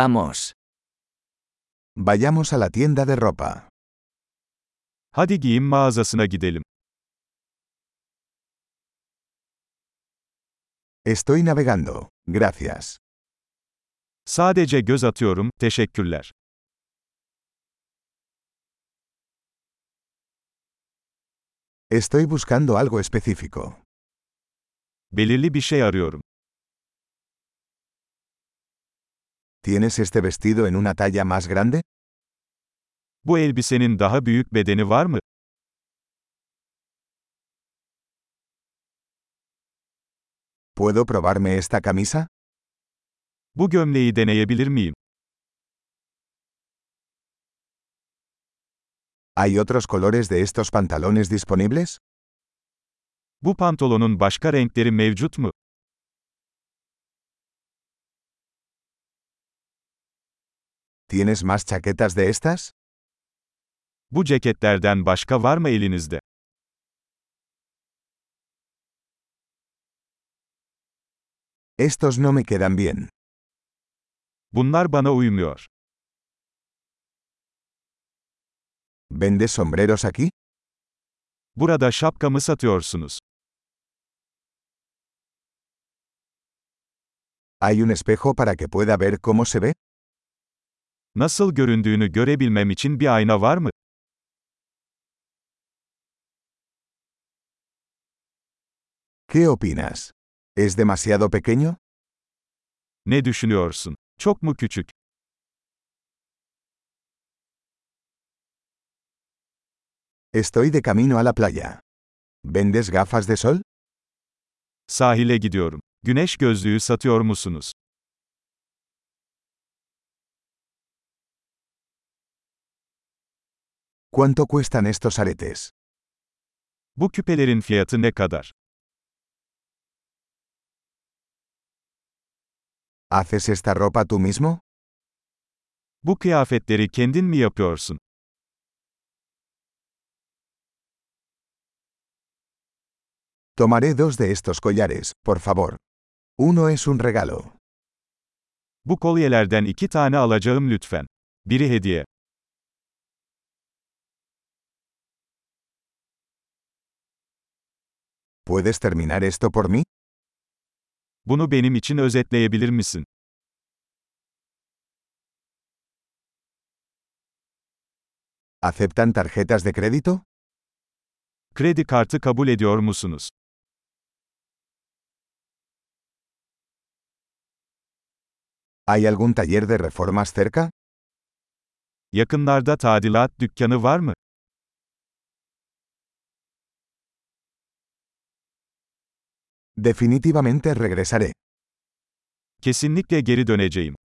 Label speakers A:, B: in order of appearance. A: Vamos.
B: Vayamos a la tienda de ropa.
C: Hadi giyim mağazasına gidelim.
B: Estoy navegando. Gracias.
C: Sadece göz atıyorum, teşekkürler.
B: Estoy buscando algo específico.
C: Belirli bir şey arıyorum.
B: ¿Tienes este vestido en una talla más grande?
C: Bu elbisenin daha büyük bedeni var mı?
B: ¿Puedo probarme esta camisa?
C: Bu gömleği deneyebilir miyim?
B: ¿Hay otros colores de estos pantalones disponibles?
C: Bu pantolonun başka renkleri mevcut mu?
B: ¿Tienes más chaquetas de estas?
C: Bu ceketlerden başka var mı elinizde?
B: Estos no me quedan bien.
C: Bunlar bana uymuyor.
B: ¿Vendes sombreros aquí?
C: Burada şapkamı satıyorsunuz.
B: ¿Hay un espejo para que pueda ver cómo se ve?
C: Nasıl göründüğünü görebilmem için bir ayna var mı?
B: ¿Qué opinas? ¿Es demasiado pequeño?
C: Ne düşünüyorsun? Çok mu küçük?
B: Estoy de camino a la playa. ¿Vendes gafas de sol?
C: Sahile gidiyorum. Güneş gözlüğü satıyor musunuz?
B: ¿Cuánto cuestan estos aretes?
C: Bu küpelerin fiyatı ne kadar?
B: ¿Haces esta ropa tú mismo?
C: Bu kıyafetleri kendin mi yapıyorsun?
B: Tomaré dos de estos collares, por favor. Uno es un regalo.
C: Bu kolyelerden iki tane alacağım lütfen. Biri hediye.
B: ¿Puedes terminar esto por mí?
C: Bunu benim için özetleyebilir misin?
B: ¿Aceptan tarjetas de crédito?
C: Kredi kartı kabul ediyor musunuz?
B: ¿Hay algún taller de reformas cerca?
C: Yakınlarda tadilat dükkanı var mı?
B: Definitivamente regresaré.
C: Kesinlikle geri döneceğim.